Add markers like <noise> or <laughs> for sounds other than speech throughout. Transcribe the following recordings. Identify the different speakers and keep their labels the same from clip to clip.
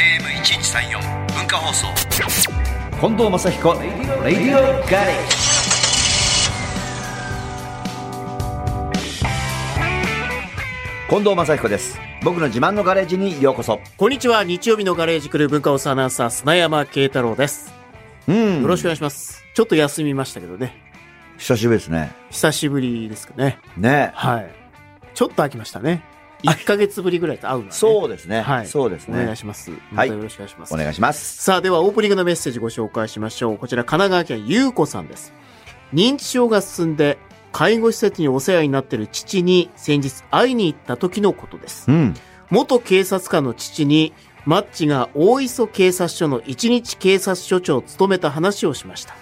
Speaker 1: AM1134 文化放送
Speaker 2: 近藤正彦レディオガレージ近藤正彦です僕の自慢のガレージにようこそ
Speaker 3: こんにちは。日曜日のガレージクルー文化オスアナウンサー、砂山慶太郎です。
Speaker 2: うん
Speaker 3: よろしくお願いします。ちょっと休みましたけどね。
Speaker 2: 久しぶりですね
Speaker 3: 久しぶりですかね。
Speaker 2: ね
Speaker 3: はい。ちょっと空きましたね。1ヶ月ぶりぐらいと会うのはね。
Speaker 2: そうですね、
Speaker 3: はい。
Speaker 2: そうです
Speaker 3: お願
Speaker 2: ね
Speaker 3: いします。またよろしくお願いします。
Speaker 2: お願いします
Speaker 3: さあ、ではオープニングのメッセージご紹介しましょう。こちら、神奈川県ゆうこさんです。認知症が進んで、介護施設にお世話になっている父に先日会いに行った時のことです。
Speaker 2: うん
Speaker 3: 元警察官の父に、マッチが大磯警察署の一日警察署長を務めた話をしました。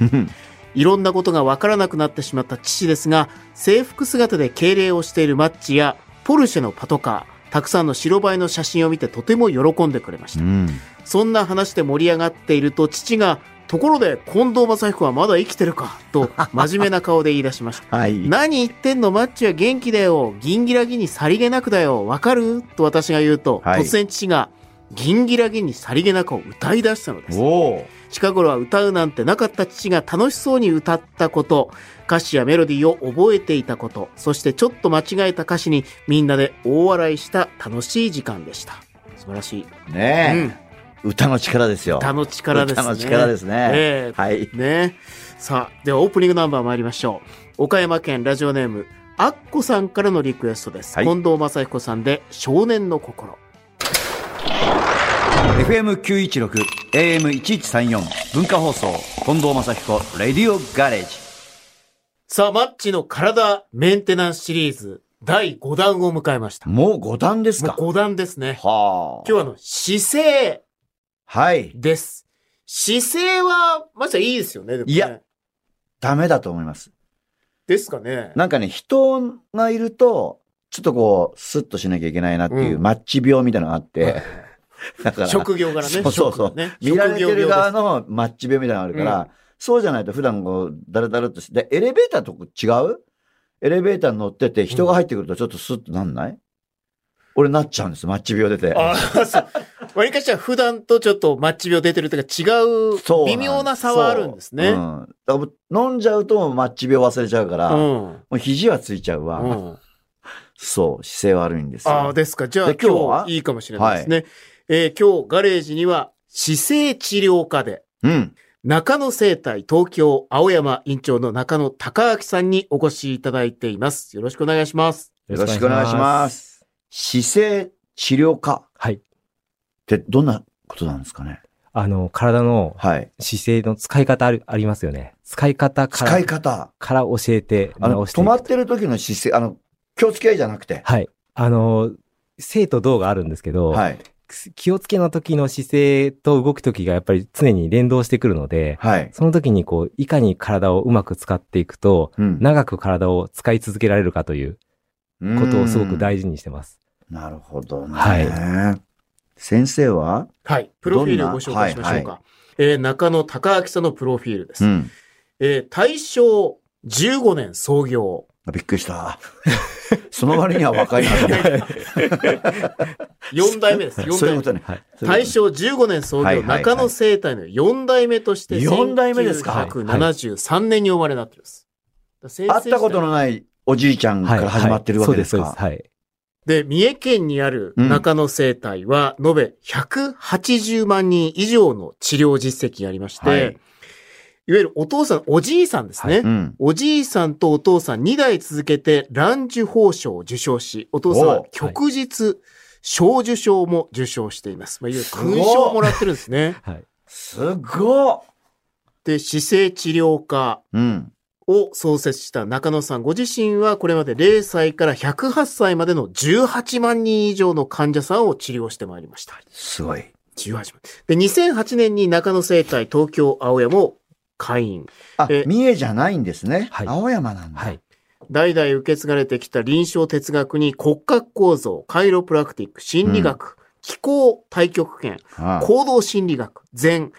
Speaker 3: いろんなことがわからなくなってしまった父ですが、制服姿で敬礼をしているマッチや、ポルシェのパトカー、たくさんの白バイの写真を見てとても喜んでくれま
Speaker 2: <laughs>
Speaker 3: し
Speaker 2: う
Speaker 3: た。
Speaker 2: ん
Speaker 3: そんな話で盛り上がっていると、父が、ところで近藤正彦はまだ生きてるか、と真面目な顔で言い出しました。
Speaker 2: <laughs> はい
Speaker 3: 何言ってんのマッチは元気だよギンギラギンにさりげなくだよわかると私が言うと、
Speaker 2: はい
Speaker 3: 突然父がギンギラギンにさりげなくを歌い出したのです
Speaker 2: おお
Speaker 3: 近頃は歌うなんてなかった父が楽しそうに歌ったこと歌詞やメロディーを覚えていたことそしてちょっと間違えた歌詞にみんなで大笑いした楽しい時間でした素晴らしい、うん
Speaker 2: ね、え、歌の力ですよ
Speaker 3: 歌の力ですね
Speaker 2: 歌の力ですね
Speaker 3: ええ
Speaker 2: はい
Speaker 3: ね。さあ、ではオープニングナンバー参りましょう。岡山県ラジオネーム、アッコさんからのリクエストです。
Speaker 2: はい
Speaker 3: 近藤正彦さんで、少年の心。
Speaker 2: FM916 AM1134 文化放送近藤正彦レディオガレージ
Speaker 3: さあ、マッチの体メンテナンスシリーズ、第5弾を迎えました。も
Speaker 2: もう五段です
Speaker 3: う
Speaker 2: か
Speaker 3: 5弾ですね。
Speaker 2: はあ
Speaker 3: 今日はあの、姿勢
Speaker 2: はい
Speaker 3: です。姿勢は、まさいいですよね。でもね
Speaker 2: いや。ダメだと思います
Speaker 3: ですかね。
Speaker 2: なんかね人がいるとちょっとこうスッとしなきゃいけないなっていう、
Speaker 3: うん
Speaker 2: マッチ病みたいなのがあ
Speaker 3: <laughs>
Speaker 2: ってだから
Speaker 3: 職業からね。
Speaker 2: そうそうそう
Speaker 3: 職ね
Speaker 2: 見られて
Speaker 3: 職業
Speaker 2: る
Speaker 3: 病です
Speaker 2: 側のマッチ病みたいなのがあるから、そうじゃないと普段こう、だらだらっとして、でエレベーターとこ違うエレベーターに乗ってて人が入ってくるとちょっとスッとなんない、俺なっちゃうんです、マッチ病出て。
Speaker 3: ああ、そう。わりかしは普段とちょっとマッチ病出てるというか違う
Speaker 2: そう
Speaker 3: 微
Speaker 2: んです
Speaker 3: 妙な差はあるんですね。。
Speaker 2: そううんんだから飲んじゃうとマッチ病忘れちゃうから、も
Speaker 3: うん。
Speaker 2: う肘はついちゃうわ。そう、姿勢悪いんですよ。
Speaker 3: ああ、ですか。じゃあ
Speaker 2: で今日は
Speaker 3: 今日いいかもしれないですね。えー今日ガレージには姿勢治療科で
Speaker 2: うん。
Speaker 3: 中野生態東京青山院長の中野隆明さんにお越しいただいています。よろしくお願いします。
Speaker 2: よろしくお願いします。姿勢治療科
Speaker 4: はい。
Speaker 2: ってどんなことなんですかね
Speaker 4: あの、体の
Speaker 2: はい。
Speaker 4: 姿勢の使い方あるありますよね。使い方から、
Speaker 2: 使い方。
Speaker 4: から教えて
Speaker 2: あの、
Speaker 4: 直して
Speaker 2: 止
Speaker 4: いく
Speaker 2: まってる時の姿勢、あの、気をつけ合いじゃなくて。
Speaker 4: はい。あの、生と動があるんですけど、
Speaker 2: はい。
Speaker 4: 気をつけの時の姿勢と動く時がやっぱり常に連動してくるので、
Speaker 2: はい。
Speaker 4: その時にこう、いかに体をうまく使っていくと、
Speaker 2: うん
Speaker 4: 長く体を使い続けられるかということをすごく
Speaker 2: 事。
Speaker 4: 大事にしてます。
Speaker 2: なるほどね。
Speaker 4: は
Speaker 2: 先生は
Speaker 3: はい。プロフィールをご紹介しましょう
Speaker 2: どんな
Speaker 3: か。えー中野隆明さんのプロフィールです。
Speaker 2: ん。
Speaker 3: えー大正15年創業。
Speaker 2: あびっくりした。 <laughs> その割には若いな。
Speaker 3: <laughs> 4代目です。
Speaker 2: <laughs>
Speaker 3: 4
Speaker 2: そうい
Speaker 3: 代
Speaker 2: う
Speaker 3: 目
Speaker 2: こ。とね。はい
Speaker 3: 大正15年創業、
Speaker 2: はいはいはい
Speaker 3: 中野生態の4代目として、
Speaker 2: 四代目ですか
Speaker 3: 1973年に生まれになってるんです。会
Speaker 2: 会ったことのないおじいちゃんか
Speaker 4: はい。
Speaker 2: ら始まってるわけです
Speaker 4: はい
Speaker 2: か。
Speaker 4: そうです、そうです。は
Speaker 3: で、
Speaker 4: い。
Speaker 3: 三重県にある中野生態は、延べ180万人以上の治療実績がありまして、
Speaker 2: はい
Speaker 3: い、わゆるお父さん、おじいさんですね。
Speaker 2: うん。
Speaker 3: おじいさんとお父さん2代続けて蘭寿法賞を受賞し、お父さん
Speaker 2: お
Speaker 3: は
Speaker 2: う
Speaker 3: 旭日賞受賞も受賞しています。まあ、いわゆる
Speaker 2: す
Speaker 3: 勲
Speaker 2: ごい
Speaker 3: 章をもらってるんです
Speaker 2: <laughs>
Speaker 3: ね。
Speaker 4: はい。
Speaker 2: すごっ
Speaker 3: で、姿勢治療科、
Speaker 2: うん。
Speaker 3: を創設した中野さんご自身はこれまで0歳から108歳までの18万人以上の患者さんを治療してまいりました。
Speaker 2: すごい。
Speaker 3: 18万。で、2008年に中野生態東京青山を会員。
Speaker 2: あ
Speaker 3: え、
Speaker 2: 三重じゃないんですね。
Speaker 4: はい
Speaker 2: 青山なんだ。
Speaker 4: はい。
Speaker 3: 代々受け継がれてきた臨床哲学に骨格構造、カイロプラクティック、心理学、気候、太極拳、
Speaker 2: ああ
Speaker 3: 行動心理学、禅、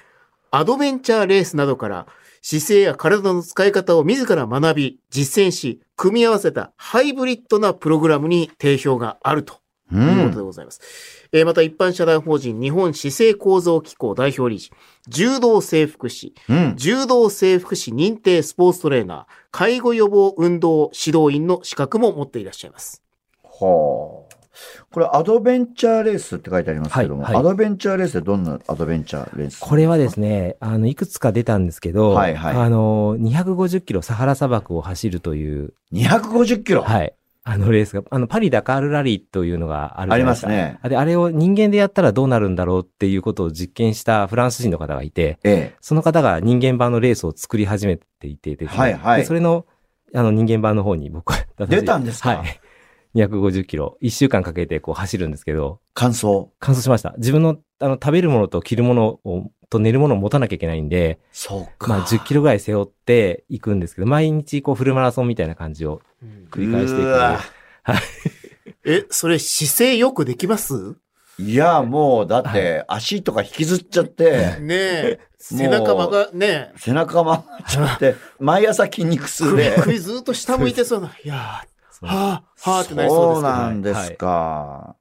Speaker 3: アドベンチャーレースなどから姿勢や体の使い方を自ら学び、実践し、組み合わせたハイブリッドなプログラムに定評があると
Speaker 2: う
Speaker 3: ということでございます。えーまた一般社団法人日本姿勢構造機構代表理事、柔道整復師、
Speaker 2: うん。
Speaker 3: 柔道整復師認定スポーツトレーナー、介護予防運動指導員の資格も持っていらっしゃいます。
Speaker 2: はあ。これ、アドベンチャーレースって書いてありますけども、
Speaker 4: はいは
Speaker 2: ア
Speaker 4: い
Speaker 2: ドベンチャーレースってどんなアドベンチャーレース
Speaker 4: これはですね、あの、いくつか出たんですけど、
Speaker 2: はいはい
Speaker 4: あの、250キロサハラ砂漠を走るという、
Speaker 2: 250キロ、
Speaker 4: はい。あのレースが、あの、パリダカールラリーというのがあるじ
Speaker 2: あ
Speaker 4: ゃ
Speaker 2: り
Speaker 4: ない
Speaker 2: ま
Speaker 4: です
Speaker 2: す
Speaker 4: か。
Speaker 2: ね。
Speaker 4: あれ、あれを人間でやったらどうなるんだろうっていうことを実験したフランス人の方がいて、
Speaker 2: え
Speaker 4: その方が人間版のレースを作り始めていてですね
Speaker 2: はいはい
Speaker 4: でそれの、あの人間版の方に僕は出させて
Speaker 2: 出たんですか
Speaker 4: はい。250キロ。1週間かけてこう走るんですけど、
Speaker 2: え。感想。
Speaker 4: 乾燥しました。自分のあの食べるものと着るものを、と寝るものを持たなきゃいけないんで、
Speaker 2: そうか。
Speaker 4: まあ10キロぐらい背負っていくんですけど、毎日こうフルマラソンみたいな感じを繰り返してい
Speaker 2: う
Speaker 4: く
Speaker 2: わ
Speaker 3: え、それ姿勢よくできます
Speaker 2: いや、もう、だって、足とか引きずっちゃって、
Speaker 3: ねえ、背中間がねえ、
Speaker 2: 背中回っちゃって、毎朝筋肉痛
Speaker 3: 首
Speaker 2: <laughs> で。
Speaker 3: 首ずーっと下向いてそうな、いやー、
Speaker 4: そう
Speaker 3: はあ、はあってなりそう
Speaker 2: そう
Speaker 3: ですけど
Speaker 2: なんですか。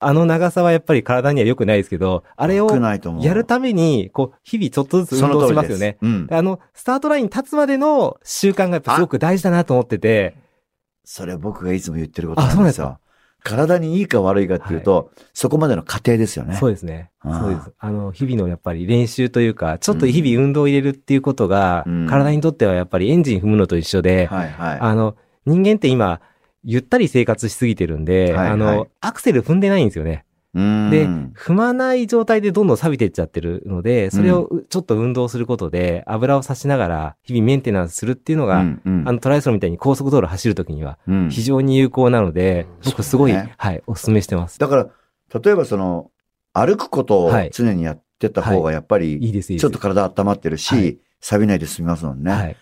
Speaker 4: あの長さはやっぱり体には良くないですけど、あれを
Speaker 2: 良くないと思う。
Speaker 4: やるために、こう、日々ちょっとずつ
Speaker 2: そ
Speaker 4: 運
Speaker 2: の通
Speaker 4: 動し
Speaker 2: り
Speaker 4: ま
Speaker 2: です
Speaker 4: よ
Speaker 2: す。
Speaker 4: ね。
Speaker 2: うん。
Speaker 4: あの、スタートラインに立つまでの習慣がやっぱすごく大事だなと思ってて、
Speaker 2: それ僕がいつも言ってること
Speaker 4: あそ
Speaker 2: な
Speaker 4: うんな
Speaker 2: で
Speaker 4: んですす
Speaker 2: よ
Speaker 4: か。
Speaker 2: 体にいいか悪いかっていうと、そこまでの過程ですよね。
Speaker 4: そうですね。
Speaker 2: あー
Speaker 4: そうです。あの、日々のやっぱり練習というか、ちょっと日々運動を入れるっていうことが、
Speaker 2: うん
Speaker 4: 体にとってはやっぱりエンジン踏むのと一緒で、
Speaker 2: はいは
Speaker 4: あの、人間って今、ゆったり生活しすぎてるんで、
Speaker 2: はいはい
Speaker 4: あの、アクセル踏んでないんですよね。
Speaker 2: い。うん
Speaker 4: で、踏まない状態でどんどん錆びてっちゃってるので、それをうちょっと運動することで、油を差しながら日々メンテナンスするっていうのが、
Speaker 2: うんうん
Speaker 4: あのトライアスロンみたいに高速道路走るときには
Speaker 2: うん
Speaker 4: 非常に有効なので、
Speaker 3: うん
Speaker 4: 僕すごい、
Speaker 2: そうね
Speaker 4: はい、お勧めしてます。
Speaker 2: だから、例えばその、歩くことを
Speaker 4: はい
Speaker 2: 常にやってた方がやっぱ
Speaker 4: いい
Speaker 2: り、
Speaker 4: です、いいです。
Speaker 2: ちょっと体温まってる
Speaker 4: は
Speaker 2: し、錆びないで済みますもん
Speaker 4: は
Speaker 2: ね。
Speaker 4: い。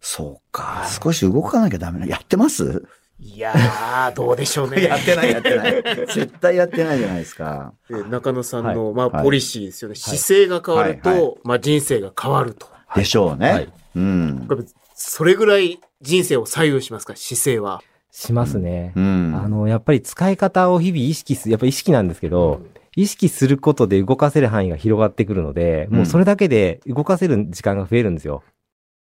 Speaker 2: そうか。少し動かなきゃダメな。やってます
Speaker 3: いやー、どうでしょうね。
Speaker 2: てない、 <laughs> やってない。 <laughs> 絶対やってないじゃないです
Speaker 4: <laughs>
Speaker 2: か。
Speaker 3: で中野さんの、ま
Speaker 2: は
Speaker 3: あ、
Speaker 2: い
Speaker 3: ポリシーですよね。姿勢が変わると、
Speaker 2: はいは
Speaker 3: まあ、人生が変わると。
Speaker 2: でしょう
Speaker 4: は
Speaker 2: ね
Speaker 4: い。
Speaker 2: うん
Speaker 3: こ。れそれぐらい人生を左右しますから、姿勢は。
Speaker 4: しますね
Speaker 2: う。
Speaker 4: あ
Speaker 2: ん。
Speaker 4: の、やっぱり使い方を日々意識する、やっぱ意識なんですけど、意識することで動かせる範囲が広がってくるので、もうそれだけで動かせる時間が増えるんですよ。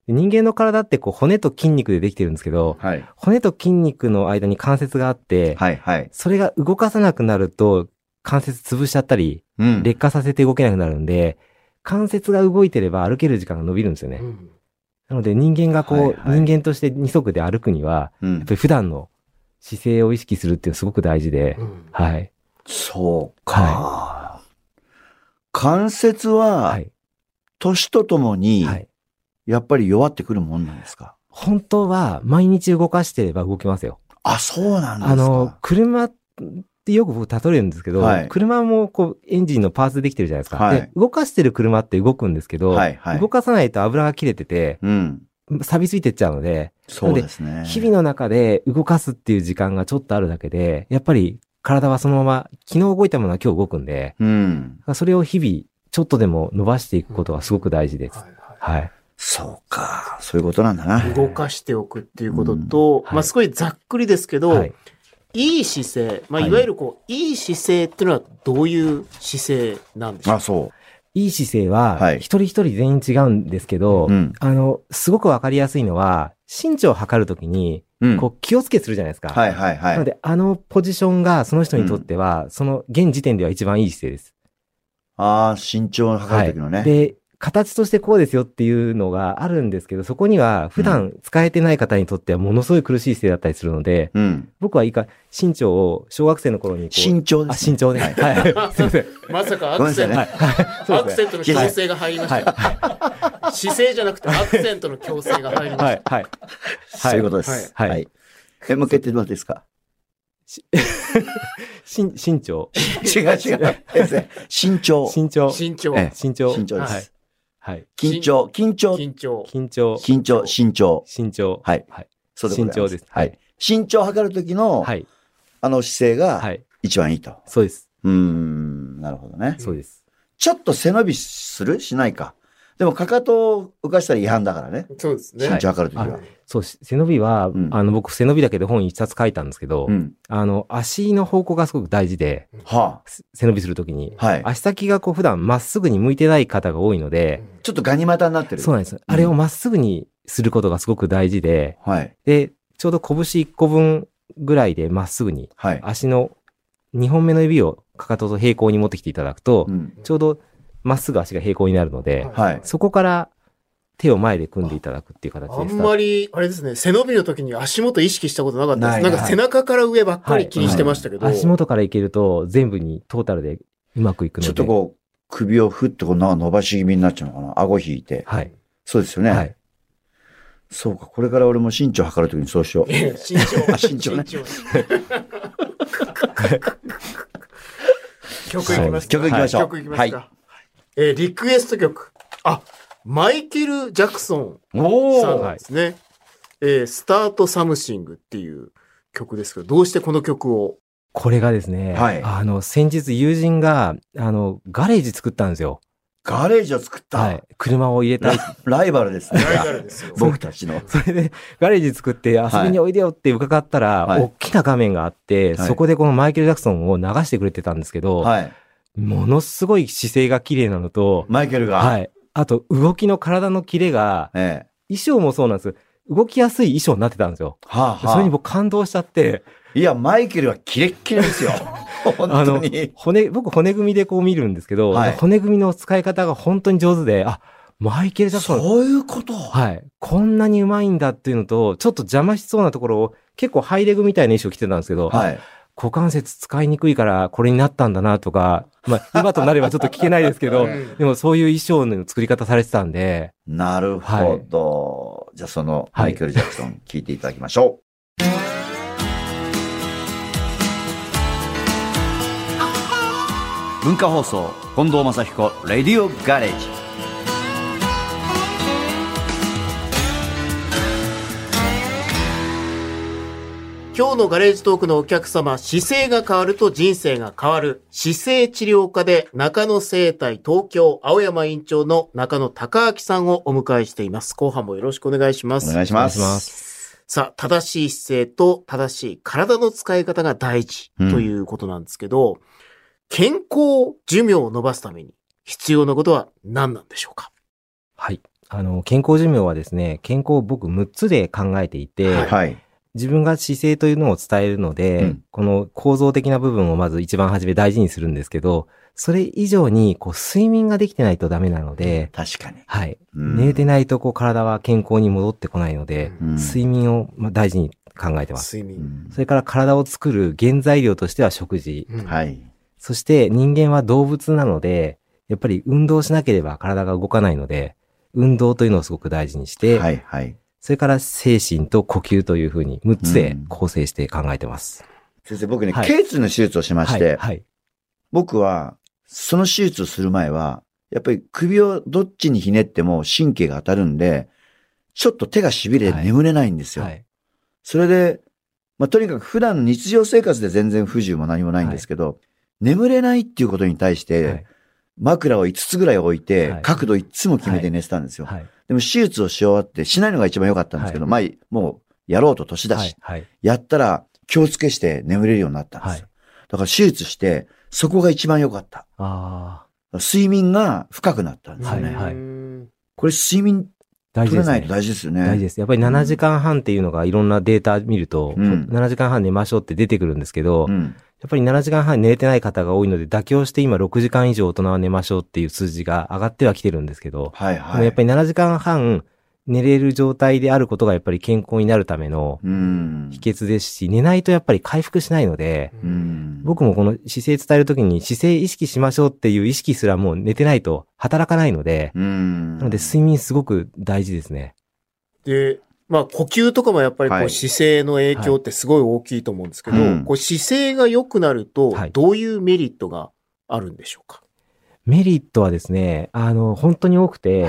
Speaker 4: 人間の体ってこう骨と筋肉でできてるんですけど、
Speaker 2: はい。
Speaker 4: 骨と筋肉の間に関節があって、
Speaker 2: はい、はい。
Speaker 4: それが動かさなくなると、関節潰しちゃったり、
Speaker 2: うん。
Speaker 4: 劣化させて動けなくなるんで、関節が動いてれば歩ける時間が伸びるんですよね。
Speaker 3: うん
Speaker 4: なので人間がこう、
Speaker 2: はいはい
Speaker 4: 人間として二足で歩くには、
Speaker 2: うん
Speaker 4: やっぱり普段の姿勢を意識するっていうのすごく大事で、
Speaker 3: うん
Speaker 4: はい。
Speaker 2: そうか。関節は
Speaker 4: は、い。
Speaker 2: 年とともに、
Speaker 4: はい。
Speaker 2: やっぱり弱ってくるもんなんですか
Speaker 4: 本当は毎日動かしてれば動きますよ。
Speaker 2: あ、そうなんですか。
Speaker 4: あの、車ってよく僕例えるんですけど、
Speaker 2: はい
Speaker 4: 車もこうエンジンのパーツでできてるじゃないですか。
Speaker 2: はい
Speaker 4: で動かしてる車って動くんですけど、
Speaker 2: はい、はい
Speaker 4: 動。かさないと油が切れてて、
Speaker 2: うん。
Speaker 4: 錆びついてっちゃうので、
Speaker 2: そうですね。
Speaker 4: 日々の中で動かすっていう時間がちょっとあるだけで、やっぱり体はそのまま、昨日動いたものは今日動くんで、
Speaker 2: うん。
Speaker 4: それを日々、ちょっとでも伸ばしていくことがすごく大事です。
Speaker 3: はいは
Speaker 4: はい。
Speaker 2: そうか。そういうことなんだな。
Speaker 3: い動かしておくっていうことと、
Speaker 4: はい
Speaker 3: まあ、すごいざっくりですけど、
Speaker 4: はいい、、
Speaker 3: い姿勢、まあ、
Speaker 4: はい
Speaker 3: いわゆるこう、いい姿勢っていうのはどういう姿勢なんでしょう
Speaker 2: あ、そ
Speaker 4: いい姿勢は、
Speaker 2: はい
Speaker 4: 一人一人全員違うんですけど、
Speaker 2: う。うん。
Speaker 4: あの、すごくわかりやすいのは、身長を測るときに、
Speaker 2: うん。
Speaker 4: こう気をつけするじゃないですか。
Speaker 2: はいはいは
Speaker 4: なの
Speaker 2: い。
Speaker 4: で、あのポジションがその人にとっては、その現時点では一番いい姿勢です。
Speaker 2: ああ、身長を測る時のね。
Speaker 4: で、形としてこうですよっていうのがあるんですけど、そこには普段使えてない方にとってはものすごい苦しい姿勢だったりするので、
Speaker 2: うん。
Speaker 4: 僕はいいか、身長を小学生の頃にこう。
Speaker 2: 身長で
Speaker 4: あ、
Speaker 2: すね。
Speaker 4: 身長ね。はい。すいません。
Speaker 3: まさかア
Speaker 2: ごめ
Speaker 3: ク
Speaker 2: んなさい
Speaker 3: セント、
Speaker 2: ね。
Speaker 4: そう
Speaker 3: ア
Speaker 4: で
Speaker 3: ク
Speaker 4: す
Speaker 3: セ
Speaker 4: ね
Speaker 3: ントの強制が入りました。姿勢じゃなくてアクセントの強制が入りました。
Speaker 4: はい。はい。
Speaker 2: <laughs> そういうことです。
Speaker 4: はい
Speaker 2: はい。え、向けてどうですか
Speaker 4: しん身長。
Speaker 2: 違う違
Speaker 4: <laughs>
Speaker 2: う。先生身長。
Speaker 4: 身長。
Speaker 3: 身長、
Speaker 2: え
Speaker 4: 身長。
Speaker 2: 身長です。
Speaker 4: はい。
Speaker 2: 緊張、緊張、
Speaker 3: 緊張。
Speaker 4: 緊張。
Speaker 2: 緊張、身長。
Speaker 4: 身長。
Speaker 2: はい
Speaker 4: はい。
Speaker 2: そうでございます
Speaker 4: 身長です
Speaker 2: は
Speaker 4: はいい。
Speaker 2: 身長を測る時の、
Speaker 4: はい。
Speaker 2: あの姿勢
Speaker 4: は
Speaker 2: が
Speaker 4: い。
Speaker 2: 一番いいと。
Speaker 4: そうです。
Speaker 2: うーん、なるほどね。
Speaker 4: そうです。
Speaker 2: ちょっと背伸びするしないか。でも、かかとを浮かしたら違反だからね。
Speaker 3: そうですね。
Speaker 2: 身長測るときは。
Speaker 3: はい
Speaker 4: そう、し背伸びは、
Speaker 2: うん
Speaker 4: あの、僕、背伸びだけで本一冊書いたんですけど、
Speaker 2: うん。
Speaker 4: あの、足の方向がすごく大事で、
Speaker 2: は
Speaker 4: す背伸びするときに。
Speaker 2: あ。はい。
Speaker 4: 足先がこう、普段まっすぐに向いてない方が多いので、
Speaker 2: ちょっとガニ股になってる。
Speaker 4: そうなんです。あれをまっすぐにすることがすごく大事で、
Speaker 2: はい。
Speaker 4: で、ちょうど拳1個分ぐらいでまっすぐに、
Speaker 2: はい。
Speaker 4: 足の2本目の指をかかとと平行に持ってきていただくと
Speaker 2: う、ん。
Speaker 4: ちょうどまっすぐ足が平行になるので、
Speaker 2: はい
Speaker 4: そこから手を前で組んでいただくっていう形
Speaker 3: あ
Speaker 4: で
Speaker 3: ん
Speaker 4: す。
Speaker 3: まり、あれですね、背伸びの時に足元意識したことなかったです。
Speaker 2: な
Speaker 3: ないんか背中から上ばっかり気にしてましたけど。
Speaker 4: 足元からいけると全部にトータルでうまくいくので。
Speaker 2: ちょっとこう、首をふっとこうな伸ばし気味になっちゃうのかな。顎引いて。
Speaker 4: はい。
Speaker 2: そうですよね。
Speaker 4: はい。
Speaker 2: そうか。これから俺も身長測るときにそうしよう
Speaker 3: い。や身長。
Speaker 2: 身長ね <laughs>
Speaker 3: 曲いきますか
Speaker 2: 曲いきましょう
Speaker 3: はい曲いきますか
Speaker 2: は
Speaker 3: えーリクエスト曲。あ、マイケル・ジャクソン
Speaker 2: お
Speaker 3: さん
Speaker 2: ー
Speaker 3: なんですね。えースタート・サムシングっていう曲ですけど、どうしてこの曲を
Speaker 4: これがですね、
Speaker 2: はい
Speaker 4: あの、先日友人が、あの、ガレージ作ったんですよ。
Speaker 2: ガレージを作った。
Speaker 4: はい。車を入れたい。
Speaker 2: ラライバルですね。
Speaker 3: ライバルです
Speaker 2: <laughs>
Speaker 3: よ。
Speaker 2: 僕たちの。
Speaker 4: それで、ガレージ作って遊びにおいでよって伺ったら、
Speaker 2: はい
Speaker 4: 大きな画面があって、
Speaker 2: はい
Speaker 4: そこでこのマイケル・ジャクソンを流してくれてたんですけど、
Speaker 2: はい。
Speaker 4: ものすごい姿勢が綺麗なのと、
Speaker 2: マイケルが。
Speaker 4: はい。あと、動きの体のキレが、
Speaker 2: ええ。
Speaker 4: 衣装もそうなんです。動きやすい衣装になってたんですよ。
Speaker 2: はあ、はあ、
Speaker 4: それに僕感動しちゃって、
Speaker 2: いや、マイケルはキレッキレですよ。本
Speaker 4: あ
Speaker 2: 当
Speaker 4: の
Speaker 2: に。、
Speaker 4: 骨、僕骨組みでこう見るんですけど、
Speaker 2: はい
Speaker 4: 骨組みの使い方が本当に上手で、あ、マイケル・ジャクソン、
Speaker 2: そういうこと。
Speaker 4: はい。こんなにうまいんだっていうのと、ちょっと邪魔しそうなところを、結構ハイレグみたいな衣装着てたんですけど、あ
Speaker 2: はい。
Speaker 4: 股関節使いにくいからこれになったんだなとか、まあ、今となればちょっと聞けないです
Speaker 2: <laughs>
Speaker 4: けど
Speaker 3: う、ん
Speaker 4: でもそういう衣装の作り方されてたんで、
Speaker 2: なるほど。じゃあ、そのマイケル・ジャクソン、聞いていただきましょう。文化放送、近藤正彦、レディオガレージ。
Speaker 3: 今日のガレージトークのお客様、姿勢が変わると人生が変わる、姿勢治療科で中野生態東京青山院長の中野隆明さんをお迎えしています。後半もよろしくお願いしま
Speaker 2: お
Speaker 3: す。
Speaker 2: 願いします。
Speaker 4: お願いしま
Speaker 3: さあ、正しい姿勢と正しい体の使い方が大事
Speaker 2: うん
Speaker 3: ということなんですけど、健康寿命を伸ばすために必要なことは何なんでしょうか
Speaker 4: はい。あの、健康寿命はですね、健康を僕6つで考えていて、
Speaker 3: はい
Speaker 2: はい。
Speaker 4: 自分が姿勢というのを伝えるので、
Speaker 2: うん
Speaker 4: この構造的な部分をまず一番初め大事にするんですけど、それ以上に、こう、睡眠ができてないとダメなので、
Speaker 2: 確かに。
Speaker 4: はい。
Speaker 2: うん
Speaker 4: 寝てないと、こう、体は健康に戻ってこないので、
Speaker 2: うん
Speaker 4: 睡眠をまあ大事に考えてます。
Speaker 3: 睡
Speaker 2: う
Speaker 3: 眠。
Speaker 2: ん
Speaker 4: それから体を作る原材料としては食事。
Speaker 3: うん
Speaker 2: はい。
Speaker 4: そして人間は動物なので、やっぱり運動しなければ体が動かないので、運動というのをすごく大事にして、
Speaker 2: はい、はい。
Speaker 4: それから精神と呼吸というふうに6つで
Speaker 2: うん
Speaker 4: 構成して考えてます。
Speaker 2: 先生、僕ね、
Speaker 4: はい
Speaker 2: 頸椎の手術をしまし
Speaker 4: はい。
Speaker 2: て、
Speaker 4: はい。
Speaker 2: 僕は、その手術をする前は、やっぱり首をどっちにひねっても神経が当たるんで、ちょっと手が痺れて
Speaker 4: はい
Speaker 2: 眠れないんですよ。
Speaker 4: はい。
Speaker 2: それで、まあ、とにかく普段日常生活で全然不自由も何もないんですけど、眠れないっていうことに対して、
Speaker 4: はい
Speaker 2: 枕を5つぐらい置いて、
Speaker 4: はい
Speaker 2: 角度いつも決めて寝てたんですよ。
Speaker 4: はい。
Speaker 2: でも手術をし終わって、しないのが一番良かったんですけど、まあ、もうやろうと年だし、
Speaker 4: はい。はい。
Speaker 2: やったら気をつけして眠れるようになったんですよ。
Speaker 4: はい
Speaker 2: だから手術して、そこが一番良かった。
Speaker 4: ああ、
Speaker 2: 睡眠が深くなったんですよね。
Speaker 4: はいはい
Speaker 3: うん
Speaker 2: これ睡眠
Speaker 4: 大
Speaker 2: 取れ
Speaker 4: 事です、ね。
Speaker 2: ないと大事ですよね。
Speaker 4: 大事です。やっぱり7時間半っていうのがいろんなデータ見ると、
Speaker 2: うん
Speaker 4: 7時間半寝ましょうって出てくるんですけど、
Speaker 2: うん。
Speaker 4: やっぱり7時間半寝れてない方が多いので、妥協して今6時間以上大人は寝ましょうっていう数字が上がってはきてるんですけど、
Speaker 2: はい
Speaker 4: で
Speaker 2: は
Speaker 4: も
Speaker 2: い。
Speaker 4: やっぱり7時間半寝れる状態であることがやっぱり健康になるための
Speaker 2: うん。
Speaker 4: 秘訣ですし、寝ないとやっぱり回復しないので、
Speaker 2: うん。
Speaker 4: 僕もこの姿勢伝えるときに姿勢意識しましょうっていう意識すらもう寝てないと働かないので、
Speaker 2: うん。
Speaker 4: なので睡眠すごく大事ですね。
Speaker 3: で、まあ呼吸とかもやっぱりこ
Speaker 2: は
Speaker 3: う
Speaker 2: い
Speaker 3: 姿勢の影響ってすごい大きいと思うんですけど、
Speaker 2: うん
Speaker 3: こう姿勢が良くなると
Speaker 4: はい、
Speaker 3: どういうメリットがあるんでしょうか、
Speaker 4: メリットはですね、あの、本当に多くて、
Speaker 3: い。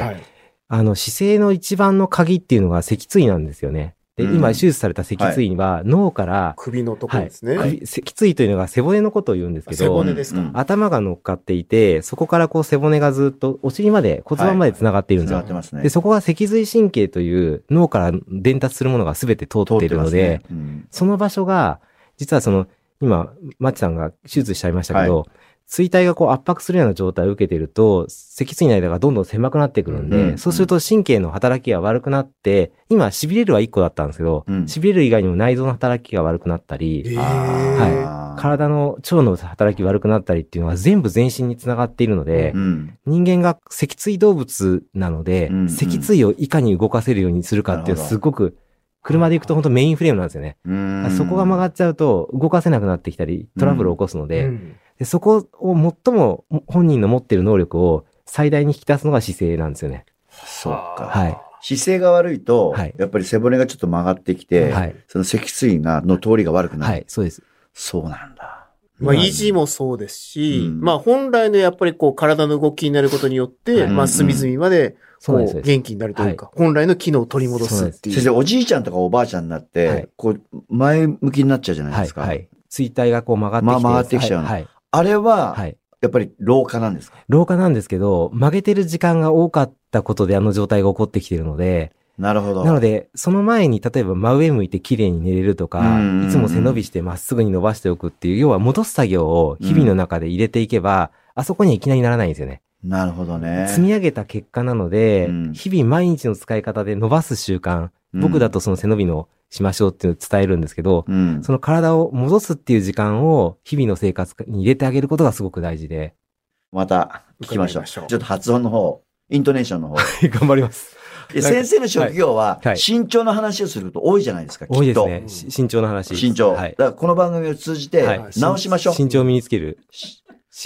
Speaker 4: あの、姿勢の一番の鍵っていうのが脊椎なんですよね。で、
Speaker 2: うん
Speaker 4: 今手術された脊椎は脳から、
Speaker 3: 首のとこ
Speaker 4: は
Speaker 3: ろ
Speaker 4: い
Speaker 3: ですね。
Speaker 4: 首脊椎というのが背骨のことを言うんですけ
Speaker 3: 背
Speaker 4: ど
Speaker 3: 骨、ですか
Speaker 2: うん
Speaker 4: 頭が乗っかっていて、そこからこう背骨がずっとお尻まで骨盤まで繋がっているんです
Speaker 2: 繋
Speaker 4: よ
Speaker 2: がってますね。
Speaker 4: で、そこが脊髄神経という脳から伝達するものが全て通っている
Speaker 2: 通ってま
Speaker 4: ので、
Speaker 2: すねうん
Speaker 4: その場所が、実はその、今、マッチさんが手術しちゃいましたけど、椎体がこう圧迫するような状態を受けていると、脊椎の間がどんどん狭くなってくるんで、
Speaker 2: うん
Speaker 4: そうすると神経の働きが悪くなって、今、痺れるは1個だったんですけど、
Speaker 2: うん
Speaker 4: 痺れる以外にも内臓の働きが悪くなったり、
Speaker 3: えー
Speaker 2: あー
Speaker 4: 体の腸の働き悪くなったりっていうのは全部全身につながっているので、
Speaker 2: うん
Speaker 4: 人間が脊椎動物なので、
Speaker 2: うんうん
Speaker 4: 脊椎をいかに動かせるようにするかっていうの
Speaker 2: なるほ
Speaker 4: は
Speaker 2: ど
Speaker 4: すごく、車で行くと本当メインフレームなんですよね。
Speaker 2: うん
Speaker 4: そこが曲がっちゃうと動かせなくなってきたり、トラブルを起こすので、
Speaker 3: うん
Speaker 4: でそこを最も本人の持ってる能力を最大に引き出すのが姿勢なんですよね。
Speaker 2: そうか。
Speaker 4: はい。
Speaker 2: 姿勢が悪いと、
Speaker 4: はい
Speaker 2: やっぱり背骨がちょっと曲がってきて、
Speaker 4: はい。
Speaker 2: その脊椎が、の通りが悪くなる。
Speaker 4: はい、そうです。
Speaker 2: そうなんだ。
Speaker 3: まあ、
Speaker 2: 今
Speaker 3: 維持もそうですし、
Speaker 2: うん
Speaker 3: まあ、本来のやっぱりこう、体の動きになることによって、
Speaker 2: はい
Speaker 3: ま
Speaker 2: う
Speaker 3: あ、
Speaker 2: ん
Speaker 3: 隅々まで、
Speaker 4: そ
Speaker 3: こ
Speaker 4: うなんで
Speaker 3: う、
Speaker 4: すそうです。
Speaker 3: 元気になるというか、本来の機能を取り戻すってい
Speaker 2: 先
Speaker 3: う。
Speaker 2: 生、おじいちゃんとかおばあちゃんになって、
Speaker 4: はい
Speaker 2: こう、前向きになっちゃうじゃない
Speaker 4: は
Speaker 2: で
Speaker 4: い。
Speaker 2: すか。
Speaker 4: はい。椎体がこう曲がってきて。
Speaker 2: ま曲がってきちゃうの
Speaker 4: はい。
Speaker 2: あれは、
Speaker 4: はい。
Speaker 2: やっぱり老化なんですか
Speaker 4: 老化なんですけど、曲げてる時間が多かったことであの状態が起こってきてるので、
Speaker 2: なるほど。
Speaker 4: なので、その前に、例えば真上向いて綺麗に寝れるとか
Speaker 2: うんうんう、ん
Speaker 4: いつも背伸びしてまっすぐに伸ばしておくっていう、要は戻す作業を日々の中で入れていけば、あそこにはいきなりならないんですよね。
Speaker 2: なるほどね。
Speaker 4: 積み上げた結果なので、
Speaker 2: うん
Speaker 4: 日々毎日の使い方で伸ばす習慣、
Speaker 2: うん
Speaker 4: 僕だとその背伸びのしましょうっていうのを伝えるんですけど、
Speaker 2: うん。
Speaker 4: その体を戻すっていう時間を日々の生活に入れてあげることがすごく大事で。 <laughs>
Speaker 2: また聞きましょう。
Speaker 3: 伺いまし
Speaker 2: ち
Speaker 3: ょ
Speaker 2: ょ
Speaker 3: う
Speaker 2: っと発音の方、イントネーションの方。
Speaker 4: 頑張ります。
Speaker 2: え先生の職業は
Speaker 4: はい、
Speaker 2: 身長の話をすること多いじゃないですか、
Speaker 4: 多い
Speaker 2: き
Speaker 4: で
Speaker 2: っ
Speaker 4: す
Speaker 2: と。
Speaker 4: ね。し身長の話。
Speaker 2: 身長。
Speaker 4: は
Speaker 2: だ
Speaker 4: い
Speaker 2: か。らこの番組を通じて
Speaker 4: は、い
Speaker 2: 直しましょう。
Speaker 4: 身長を身につける。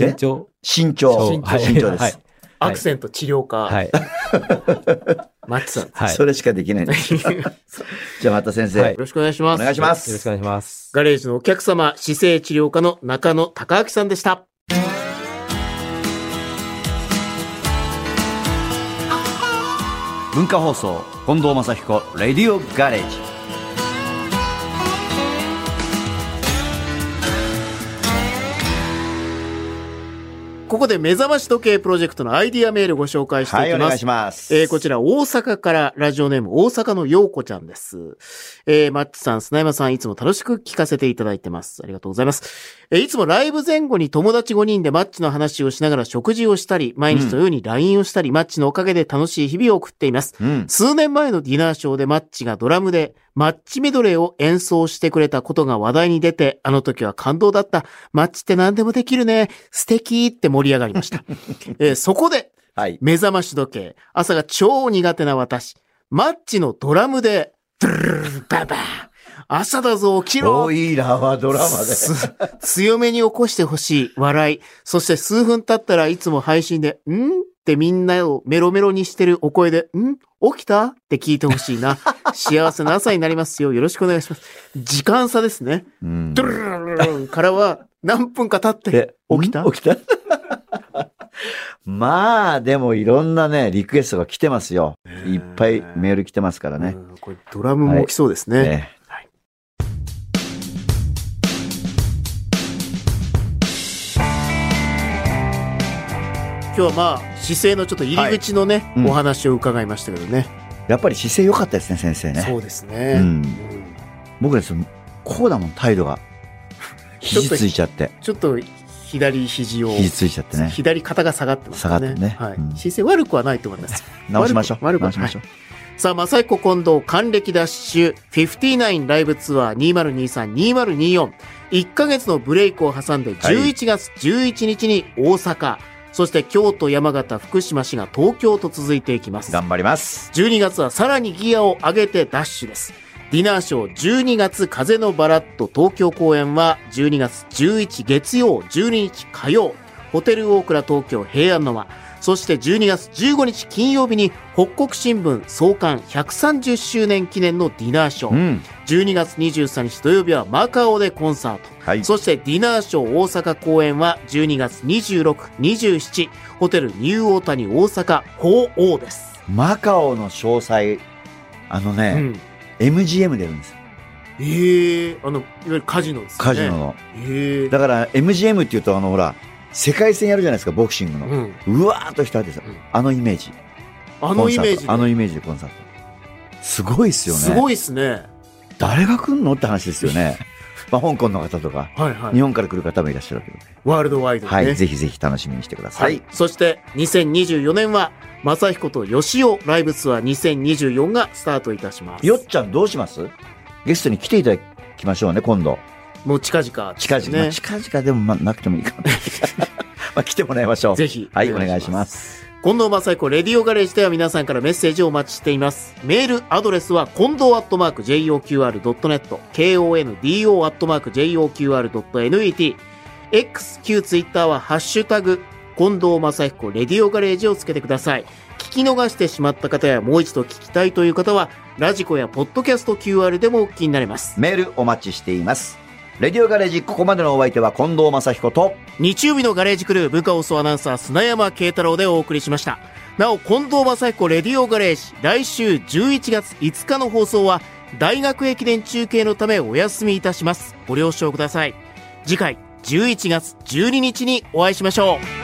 Speaker 2: え
Speaker 4: 身長。
Speaker 2: 身長。
Speaker 4: そう
Speaker 2: 身
Speaker 4: はい
Speaker 2: 長で
Speaker 4: は
Speaker 2: す
Speaker 4: い。
Speaker 3: アクセント治療科、
Speaker 4: はい。
Speaker 3: マッチさん。
Speaker 4: はい。
Speaker 2: <laughs> それしかできないんです。
Speaker 3: <laughs>
Speaker 2: じゃあまた先
Speaker 4: は
Speaker 2: 生
Speaker 4: い
Speaker 3: よ、ろしくお願いしま
Speaker 2: お
Speaker 3: す。
Speaker 2: 願いします。
Speaker 4: よろしくお願いします。
Speaker 3: ガレージのお客様、姿勢治療科の中野隆明さんでした。
Speaker 2: 文化放送、近藤正彦、レディオガレージ。
Speaker 3: ここで目覚まし時計プロジェクトのアイディアメールご紹介して
Speaker 2: はいい、
Speaker 3: き
Speaker 2: お
Speaker 3: ま
Speaker 2: 願い
Speaker 3: す
Speaker 2: し。ます。
Speaker 3: えーこちら大阪からラジオネーム大阪のようこちゃんです。えーマッチさん、砂山さん、いつも楽しく聞かせていただいてます。ありがとうございます。えーいつもライブ前後に友達5人でマッチの話をしながら食事をしたり、毎日のように LINE をしたり、マッチのおかげで楽しい日々を送っています。
Speaker 2: うん。
Speaker 3: 数年前のディナーショーでマッチがドラムでマッチメドレーを演奏してくれたことが話題に出て、あの時は感動だった。マッチって何でもできるね。素敵って盛り上がり
Speaker 2: <laughs>
Speaker 3: ました。えーそこで、
Speaker 2: はい。
Speaker 3: 目覚まし時計、朝が超苦手な私、マッチのドラムで、ドゥルルルババーン朝だぞ起きろ
Speaker 2: おいらはドラマで。
Speaker 3: す強めに起こしてほしい笑い。そして数分経ったらいつも配信で、んってみんなをメロメロにしてるお声で、ん起きたって聞いてほしいな。幸せな朝になりますよ。よろしくお願いします。時間差ですね。
Speaker 2: うん
Speaker 3: ドゥルルルルルからは何分か経って
Speaker 2: で、
Speaker 3: 起きた
Speaker 2: ん起きた <laughs> まあ、でもいろんなね、リクエストが来てますよ。いっぱいメール来てますからね。
Speaker 3: うんこれドラムも起きそうですね。
Speaker 2: ね
Speaker 3: はい今日はまあ姿勢のちょっと入り口のね、
Speaker 2: いうん
Speaker 3: お話を伺いましたけどね、
Speaker 2: やっぱり姿勢良かったですね、先生ね。
Speaker 3: そうですね、
Speaker 2: うん
Speaker 3: うん
Speaker 2: 僕ですよ、こうだもん、態度が。
Speaker 3: <laughs> ちょっ
Speaker 2: 肘
Speaker 3: と
Speaker 2: ついちゃって、
Speaker 3: ちょっと左肘を
Speaker 2: 肘ついちゃってね。
Speaker 3: 左肩が下がってますね
Speaker 2: 下がってね
Speaker 3: はい
Speaker 2: うん
Speaker 3: 姿勢悪くはないと思います
Speaker 2: 直しましょう。
Speaker 3: 悪く
Speaker 2: 直
Speaker 3: 悪く
Speaker 2: しましょう。
Speaker 3: さあ、マサイコ近藤還暦ダッシュ59ライブツアー2023-2024。1ヶ月のブレイクを挟んで
Speaker 2: はい
Speaker 3: 11月11日に大阪、そして京都、山形、福島、市が東京と続いていきます。
Speaker 2: 頑張ります。
Speaker 3: 12月はさらにギアを上げてダッシュです。ディナーショー12月風のバラッド東京公演は12月11月曜12日火曜ホテル大倉東京平安の間そして12月15日金曜日に北国新聞創刊130周年記念のディナーショ
Speaker 2: う
Speaker 3: ー
Speaker 2: ん。
Speaker 3: 12月23日土曜日はマカオでコンサート
Speaker 2: はい。
Speaker 3: そしてディナーショー大阪公演は12月26、27ホテルニューオータニ大阪鳳凰です、
Speaker 2: マカオの詳細、あの
Speaker 3: う
Speaker 2: ね、
Speaker 3: ん
Speaker 2: MGM 出るんですよ。
Speaker 3: ええあの、いわゆるカジノですよね。
Speaker 2: カジノの。
Speaker 3: ええ
Speaker 2: だから MGM っていうと、あの、ほら、世界戦やるじゃないですか、ボクシングの。
Speaker 3: うん。
Speaker 2: うわーっと人入ってさ
Speaker 3: うん、
Speaker 2: あのイメージ。
Speaker 3: あのイメージ
Speaker 2: コンサー
Speaker 3: で。
Speaker 2: トあのイメージでコンサート。すごいっすよね。
Speaker 3: すごいですね。
Speaker 2: 誰が来んのって話ですよ
Speaker 3: <laughs>
Speaker 2: ね。まあ、香港の方とか、
Speaker 3: はいは
Speaker 2: 日
Speaker 3: い。
Speaker 2: 本から来る方もいらっしゃるけど、
Speaker 3: ワールドワイドでね。
Speaker 2: はい、ぜひぜひ楽しみにしてくださ。
Speaker 3: はいい。そして、2024年は、正彦と吉尾ライブツアー2024がスタートいたします。
Speaker 2: よっちゃんどうしますゲストに来ていただきましょうね、今度。
Speaker 3: もう近々、
Speaker 2: 近々、まあ
Speaker 3: ね。
Speaker 2: 近々でも、まあ、なくてもいい
Speaker 3: <laughs>
Speaker 2: かな。まあ、来てもらいましょう。
Speaker 3: ぜひ。
Speaker 2: はい、お願いしま。す。
Speaker 3: 近藤正彦レディオガレージでは皆さんからメッセージをお待ちしています。メールアドレスは、近藤アットマーク JOQR.net、KONDO アットマーク JOQR.net、XQ ツイッターは、ハッシュタグ、近藤正彦レディオガレージをつけてください。聞き逃してしまった方や、もう一度聞きたいという方は、ラジコやポッドキャスト QR でもお聞きになれます。
Speaker 2: メールお待ちしています。レディオガレージ、ここまでのお相手は近藤正彦と、
Speaker 3: 日曜日のガレージクルー文化放送アナウンサー砂山慶太郎でお送りしましたなお近藤正彦レディオガレージ来週11月5日の放送は大学駅伝中継のためお休みいたしますご了承ください次回11月12日にお会いしましょう